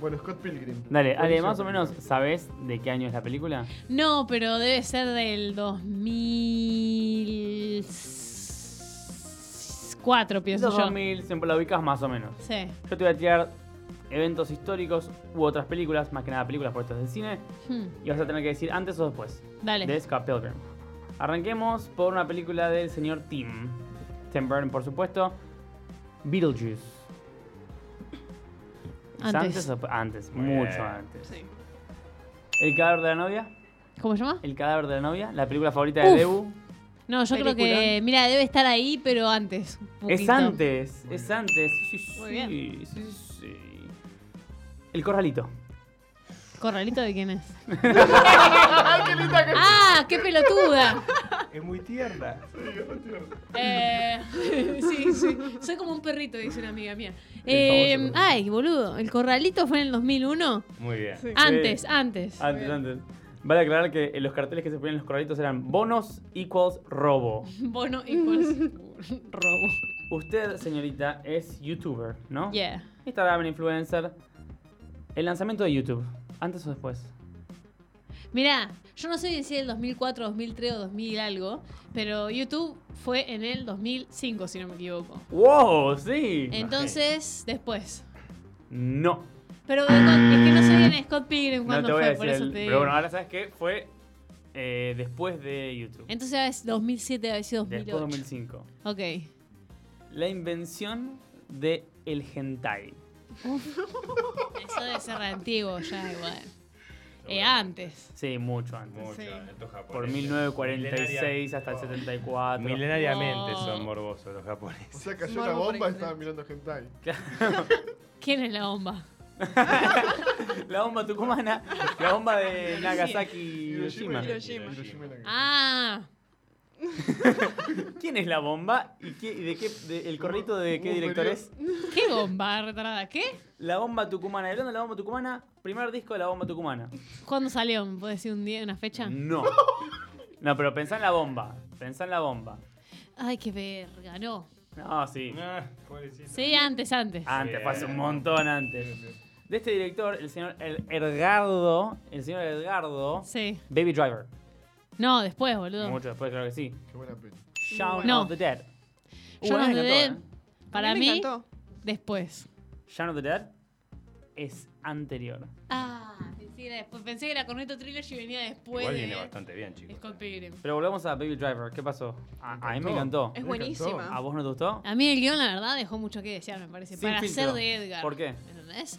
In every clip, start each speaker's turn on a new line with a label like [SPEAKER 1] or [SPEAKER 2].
[SPEAKER 1] Bueno, Scott Pilgrim.
[SPEAKER 2] Dale, Ale,
[SPEAKER 1] Buenísimo.
[SPEAKER 2] más o menos, ¿sabés de qué año es la película?
[SPEAKER 3] No, pero debe ser del 2004, pienso
[SPEAKER 2] Los
[SPEAKER 3] yo.
[SPEAKER 2] 2000, siempre la ubicas más o menos.
[SPEAKER 3] Sí.
[SPEAKER 2] Yo te voy a tirar eventos históricos u otras películas, más que nada películas por esto es de cine,
[SPEAKER 3] Hmm,
[SPEAKER 2] y vas a tener que decir antes o después.
[SPEAKER 3] Dale.
[SPEAKER 2] De Scott Pilgrim. Arranquemos por una película del señor Tim. Tim Burton, por supuesto. Beetlejuice. ¿Es
[SPEAKER 3] Antes.
[SPEAKER 2] o- antes,
[SPEAKER 4] Muy
[SPEAKER 2] mucho
[SPEAKER 4] bien.
[SPEAKER 2] antes.
[SPEAKER 3] Sí.
[SPEAKER 2] El cadáver de la novia.
[SPEAKER 3] ¿Cómo se llama?
[SPEAKER 2] El cadáver de la novia, la película favorita de
[SPEAKER 3] Uf.
[SPEAKER 2] Debu.
[SPEAKER 3] No, yo creo que,
[SPEAKER 4] Peliculón.
[SPEAKER 3] mira, debe estar ahí, pero antes. un
[SPEAKER 2] Es
[SPEAKER 3] poquito.
[SPEAKER 2] antes, es antes. Sí, sí,
[SPEAKER 3] Muy
[SPEAKER 2] sí,
[SPEAKER 3] bien.
[SPEAKER 2] sí, sí. El corralito.
[SPEAKER 3] ¿Corralito de quién es?
[SPEAKER 1] ¡Ay, qué linda que
[SPEAKER 3] ¡Ah! ¡Qué pelotuda!
[SPEAKER 4] Es muy tierna.
[SPEAKER 3] Eh, sí, sí. Soy como un perrito, dice una amiga mía.
[SPEAKER 2] El
[SPEAKER 3] Eh,
[SPEAKER 2] famoso perrito.
[SPEAKER 3] ay, boludo. ¿El corralito fue en el 2001?
[SPEAKER 4] Muy bien.
[SPEAKER 3] Antes, antes.
[SPEAKER 2] Antes, antes. Vale aclarar que en los carteles que se ponían en los corralitos eran bonos equals robo.
[SPEAKER 3] Bono equals robo.
[SPEAKER 2] Usted, señorita, es youtuber, ¿no?
[SPEAKER 3] Yeah.
[SPEAKER 2] Instagram, influencer. El lanzamiento de YouTube, antes o después.
[SPEAKER 3] Mirá, yo no sé bien si es el 2004, 2003 o 2000 algo, pero YouTube fue en el 2005, si no me equivoco.
[SPEAKER 2] ¡Wow! Sí.
[SPEAKER 3] Entonces,
[SPEAKER 2] Eh.
[SPEAKER 3] después.
[SPEAKER 2] No.
[SPEAKER 3] Pero de Scott- es que no sé bien Scott Pilgrim
[SPEAKER 2] No
[SPEAKER 3] cuándo
[SPEAKER 2] te voy a decir.
[SPEAKER 3] fue, por eso
[SPEAKER 2] el-
[SPEAKER 3] te
[SPEAKER 2] Pero
[SPEAKER 3] digo.
[SPEAKER 2] bueno, ahora sabes que fue eh, después de YouTube.
[SPEAKER 3] Entonces ya es 2007, debe haber sido
[SPEAKER 2] Después 2005.
[SPEAKER 3] 2008. Ok.
[SPEAKER 2] La invención de el hentai.
[SPEAKER 3] Eso debe ser re antiguo ya, igual. Eh, antes.
[SPEAKER 2] Sí, mucho antes.
[SPEAKER 4] Mucho.
[SPEAKER 3] Sí.
[SPEAKER 4] estos japoneses.
[SPEAKER 2] Por 1946 hasta el 74.
[SPEAKER 4] Milenariamente
[SPEAKER 3] Oh.
[SPEAKER 4] son morbosos los
[SPEAKER 1] O
[SPEAKER 4] japoneses.
[SPEAKER 1] sea, cayó
[SPEAKER 5] Morbo
[SPEAKER 1] la
[SPEAKER 5] por
[SPEAKER 1] bomba y
[SPEAKER 5] internet.
[SPEAKER 1] estaban mirando hentai.
[SPEAKER 3] ¿Quién es la bomba?
[SPEAKER 2] La bomba tucumana, la bomba de Nagasaki y Hiroshima.
[SPEAKER 5] Hiroshima.
[SPEAKER 1] Hiroshima y Nagasaki.
[SPEAKER 3] Ah,
[SPEAKER 2] ¿Quién es la bomba? ¿Y, qué- y de qué, de- el corrito de qué
[SPEAKER 1] Hubo un
[SPEAKER 2] director
[SPEAKER 1] periodo-
[SPEAKER 2] es?
[SPEAKER 3] qué bomba retardada. ¿Qué?
[SPEAKER 2] La bomba tucumana. Y Hablando de la bomba tucumana, primer disco de la bomba tucumana.
[SPEAKER 3] ¿Cuándo salió? ¿Me puedes decir un día, una fecha?
[SPEAKER 2] No. No, pero pensá en la bomba. Pensá en la bomba.
[SPEAKER 3] Ay, qué verga, no.
[SPEAKER 2] No, sí.
[SPEAKER 4] Ah, pobrecito.
[SPEAKER 3] Sí, antes, antes.
[SPEAKER 2] Antes,
[SPEAKER 4] Bien.
[SPEAKER 2] fue hace un montón antes. De este director, el señor el Edgardo, el señor Edgardo,
[SPEAKER 3] Sí.
[SPEAKER 2] Baby Driver.
[SPEAKER 3] No, después, boludo.
[SPEAKER 2] Mucho después, claro que sí.
[SPEAKER 1] Qué buena peli.
[SPEAKER 2] Shaun
[SPEAKER 3] No.
[SPEAKER 2] of the Dead.
[SPEAKER 3] Shaun
[SPEAKER 2] a
[SPEAKER 3] of
[SPEAKER 2] mí me
[SPEAKER 3] the
[SPEAKER 2] encantó,
[SPEAKER 3] Dead.
[SPEAKER 2] ¿eh?
[SPEAKER 3] Para
[SPEAKER 5] me
[SPEAKER 3] mí,
[SPEAKER 5] encantó.
[SPEAKER 3] después.
[SPEAKER 2] Shaun of the Dead es anterior.
[SPEAKER 3] Ah, pensé que era después. Pensé que era Corneto Trilogy y venía después
[SPEAKER 4] Igual
[SPEAKER 3] de
[SPEAKER 4] viene bastante bien, chicos.
[SPEAKER 3] Scott Pilgrim.
[SPEAKER 2] Pero volvemos a Baby Driver. ¿Qué pasó? A, a mí me
[SPEAKER 1] Ah, encantó.
[SPEAKER 2] encantó.
[SPEAKER 5] Es
[SPEAKER 1] Me
[SPEAKER 5] buenísima.
[SPEAKER 2] ¿A vos no te gustó?
[SPEAKER 3] A mí el guión, la verdad, dejó mucho que desear, me parece.
[SPEAKER 2] Sin
[SPEAKER 3] para
[SPEAKER 2] filtro.
[SPEAKER 3] ser de Edgar.
[SPEAKER 2] ¿Por qué?
[SPEAKER 3] ¿Entendés?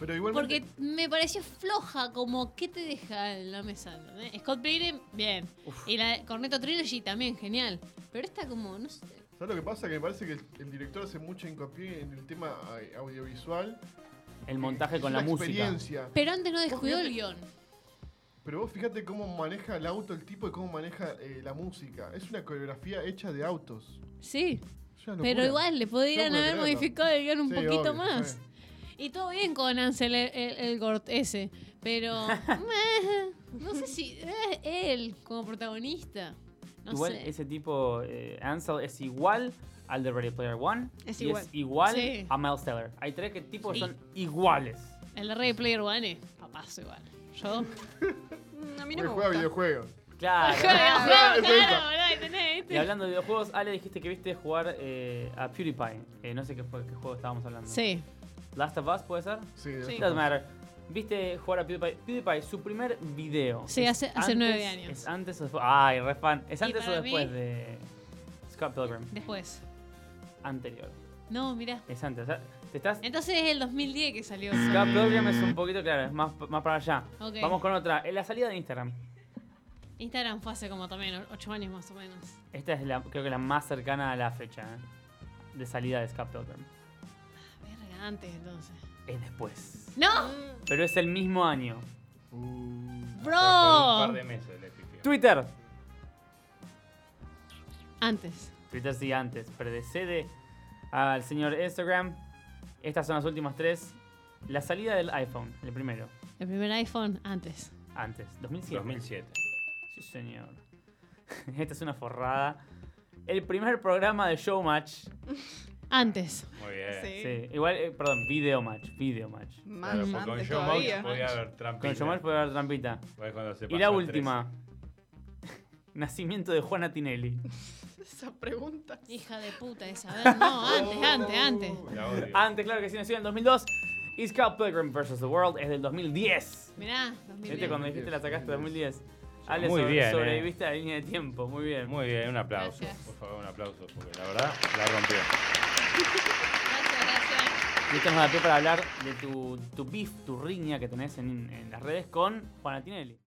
[SPEAKER 1] Pero igual.
[SPEAKER 3] Porque me pareció floja, como ¿qué te deja en la mesa? ¿entendés? Scott Pilgrim, bien. Y la de Cornetto Trilogy también, genial. Pero esta como, no sé.
[SPEAKER 1] ¿Sabes lo que pasa? Que me parece que el, el director hace mucho hincapié en el tema eh, audiovisual.
[SPEAKER 2] El montaje
[SPEAKER 1] Es
[SPEAKER 2] con la
[SPEAKER 1] una
[SPEAKER 2] música.
[SPEAKER 1] experiencia.
[SPEAKER 3] Pero antes no descuidó
[SPEAKER 1] fíjate-
[SPEAKER 3] el guión.
[SPEAKER 1] Pero vos fíjate cómo maneja el auto el tipo y cómo maneja eh, la música. Es una coreografía hecha de autos.
[SPEAKER 3] Sí,
[SPEAKER 1] Es una
[SPEAKER 3] pero
[SPEAKER 1] locura.
[SPEAKER 3] igual le podrían
[SPEAKER 1] No puedo
[SPEAKER 3] haber
[SPEAKER 1] creerlo.
[SPEAKER 3] modificado el guión un
[SPEAKER 1] Sí,
[SPEAKER 3] poquito
[SPEAKER 1] obvio,
[SPEAKER 3] más.
[SPEAKER 1] sí.
[SPEAKER 3] Y todo bien con Ansel el, el- el Gort ese, pero meh, no sé si eh, él como protagonista. No
[SPEAKER 2] igual
[SPEAKER 3] sé.
[SPEAKER 2] ese tipo, eh, Ansel, es igual al de Ready Player One.
[SPEAKER 5] Es
[SPEAKER 2] y
[SPEAKER 5] igual.
[SPEAKER 2] es igual
[SPEAKER 3] Sí.
[SPEAKER 2] a Miles Teller. Hay tres que tipos
[SPEAKER 3] Sí.
[SPEAKER 2] son iguales.
[SPEAKER 3] El de Ready Player One es papazo igual. Yo.
[SPEAKER 5] Mm, A mí
[SPEAKER 1] Porque
[SPEAKER 5] no me
[SPEAKER 1] juega
[SPEAKER 5] gusta.
[SPEAKER 1] videojuegos.
[SPEAKER 2] Claro.
[SPEAKER 3] claro,
[SPEAKER 1] es esa.
[SPEAKER 3] boludo, ahí tenés, ¿viste?
[SPEAKER 2] y hablando de videojuegos, Ale, dijiste que viste jugar eh, a PewDiePie. Eh, no sé qué, fue, qué juego estábamos hablando.
[SPEAKER 3] Sí.
[SPEAKER 2] Last of Us, ¿puede ser?
[SPEAKER 1] Sí, de
[SPEAKER 5] Sí.
[SPEAKER 1] esos.
[SPEAKER 2] Doesn't matter. ¿Viste jugar a PewDiePie? PewDiePie, su primer video.
[SPEAKER 3] Sí,
[SPEAKER 2] ¿es
[SPEAKER 3] hace- hace
[SPEAKER 2] antes-
[SPEAKER 3] nueve años.
[SPEAKER 2] ¿Es antes o después? Ay, re fan. ¿Es
[SPEAKER 3] Y
[SPEAKER 2] antes o
[SPEAKER 3] para
[SPEAKER 2] después
[SPEAKER 3] mí-
[SPEAKER 2] de Scott Pilgrim?
[SPEAKER 3] Después.
[SPEAKER 2] Anterior.
[SPEAKER 3] No, mirá.
[SPEAKER 2] Es antes. O sea, te estás...
[SPEAKER 3] Entonces es el 2010 que salió.
[SPEAKER 2] Scott Pilgrim es un poquito claro, es más, más para allá.
[SPEAKER 3] Ok.
[SPEAKER 2] Vamos con otra. En la salida de Instagram.
[SPEAKER 3] Instagram fue hace como también 8 años más o menos.
[SPEAKER 2] Esta es la, creo que la más cercana a la fecha ¿eh? de salida de Scott Pilgrim.
[SPEAKER 3] Verga, antes entonces.
[SPEAKER 2] Es después.
[SPEAKER 3] ¡No!
[SPEAKER 2] Pero es el mismo año.
[SPEAKER 3] ¡Bro!
[SPEAKER 4] Por Un par de meses le pifió.
[SPEAKER 2] Twitter.
[SPEAKER 3] Antes.
[SPEAKER 2] Twitter sí antes, predecede al señor Instagram. Estas son las últimas tres. La salida del iPhone, el primero,
[SPEAKER 3] El primer iPhone, antes.
[SPEAKER 2] antes, 2007.
[SPEAKER 4] 2007.
[SPEAKER 2] Sí, señor. Esta es una forrada. El primer programa de Showmatch
[SPEAKER 3] Antes.
[SPEAKER 4] Muy bien.
[SPEAKER 5] Sí.
[SPEAKER 2] Sí, igual, eh, perdón, video match, video match.
[SPEAKER 5] Más
[SPEAKER 4] Claro, porque con
[SPEAKER 5] antes
[SPEAKER 4] John
[SPEAKER 5] todavía.
[SPEAKER 4] Box podía haber trampita.
[SPEAKER 2] Con Showmatch puede haber trampita.
[SPEAKER 4] Fue cuando se
[SPEAKER 2] Y
[SPEAKER 4] pasó a
[SPEAKER 2] la
[SPEAKER 4] tres.
[SPEAKER 2] última. Nacimiento de Juana Tinelli.
[SPEAKER 5] Esa pregunta.
[SPEAKER 3] Hija de puta esa. A ver, no, antes, antes, antes.
[SPEAKER 1] Oh.
[SPEAKER 4] La odio.
[SPEAKER 2] Antes, claro que sí, nació en el 2002. East Cow Pilgrim vs. The World es del 2010.
[SPEAKER 3] Mirá,
[SPEAKER 2] Viste,
[SPEAKER 3] 2020.
[SPEAKER 2] Este cuando dijiste la sacaste 2010. Ale,
[SPEAKER 4] Muy
[SPEAKER 2] sobre-
[SPEAKER 4] bien, eh.
[SPEAKER 2] sobreviviste a la línea de tiempo. Muy bien.
[SPEAKER 4] Muy bien, un aplauso.
[SPEAKER 3] Gracias.
[SPEAKER 4] Por favor, un aplauso, porque la verdad la rompió.
[SPEAKER 3] Gracias, gracias.
[SPEAKER 2] Y esto nos da pie para hablar de tu, tu beef, tu riña que tenés en, en las redes con Juana Tinelli.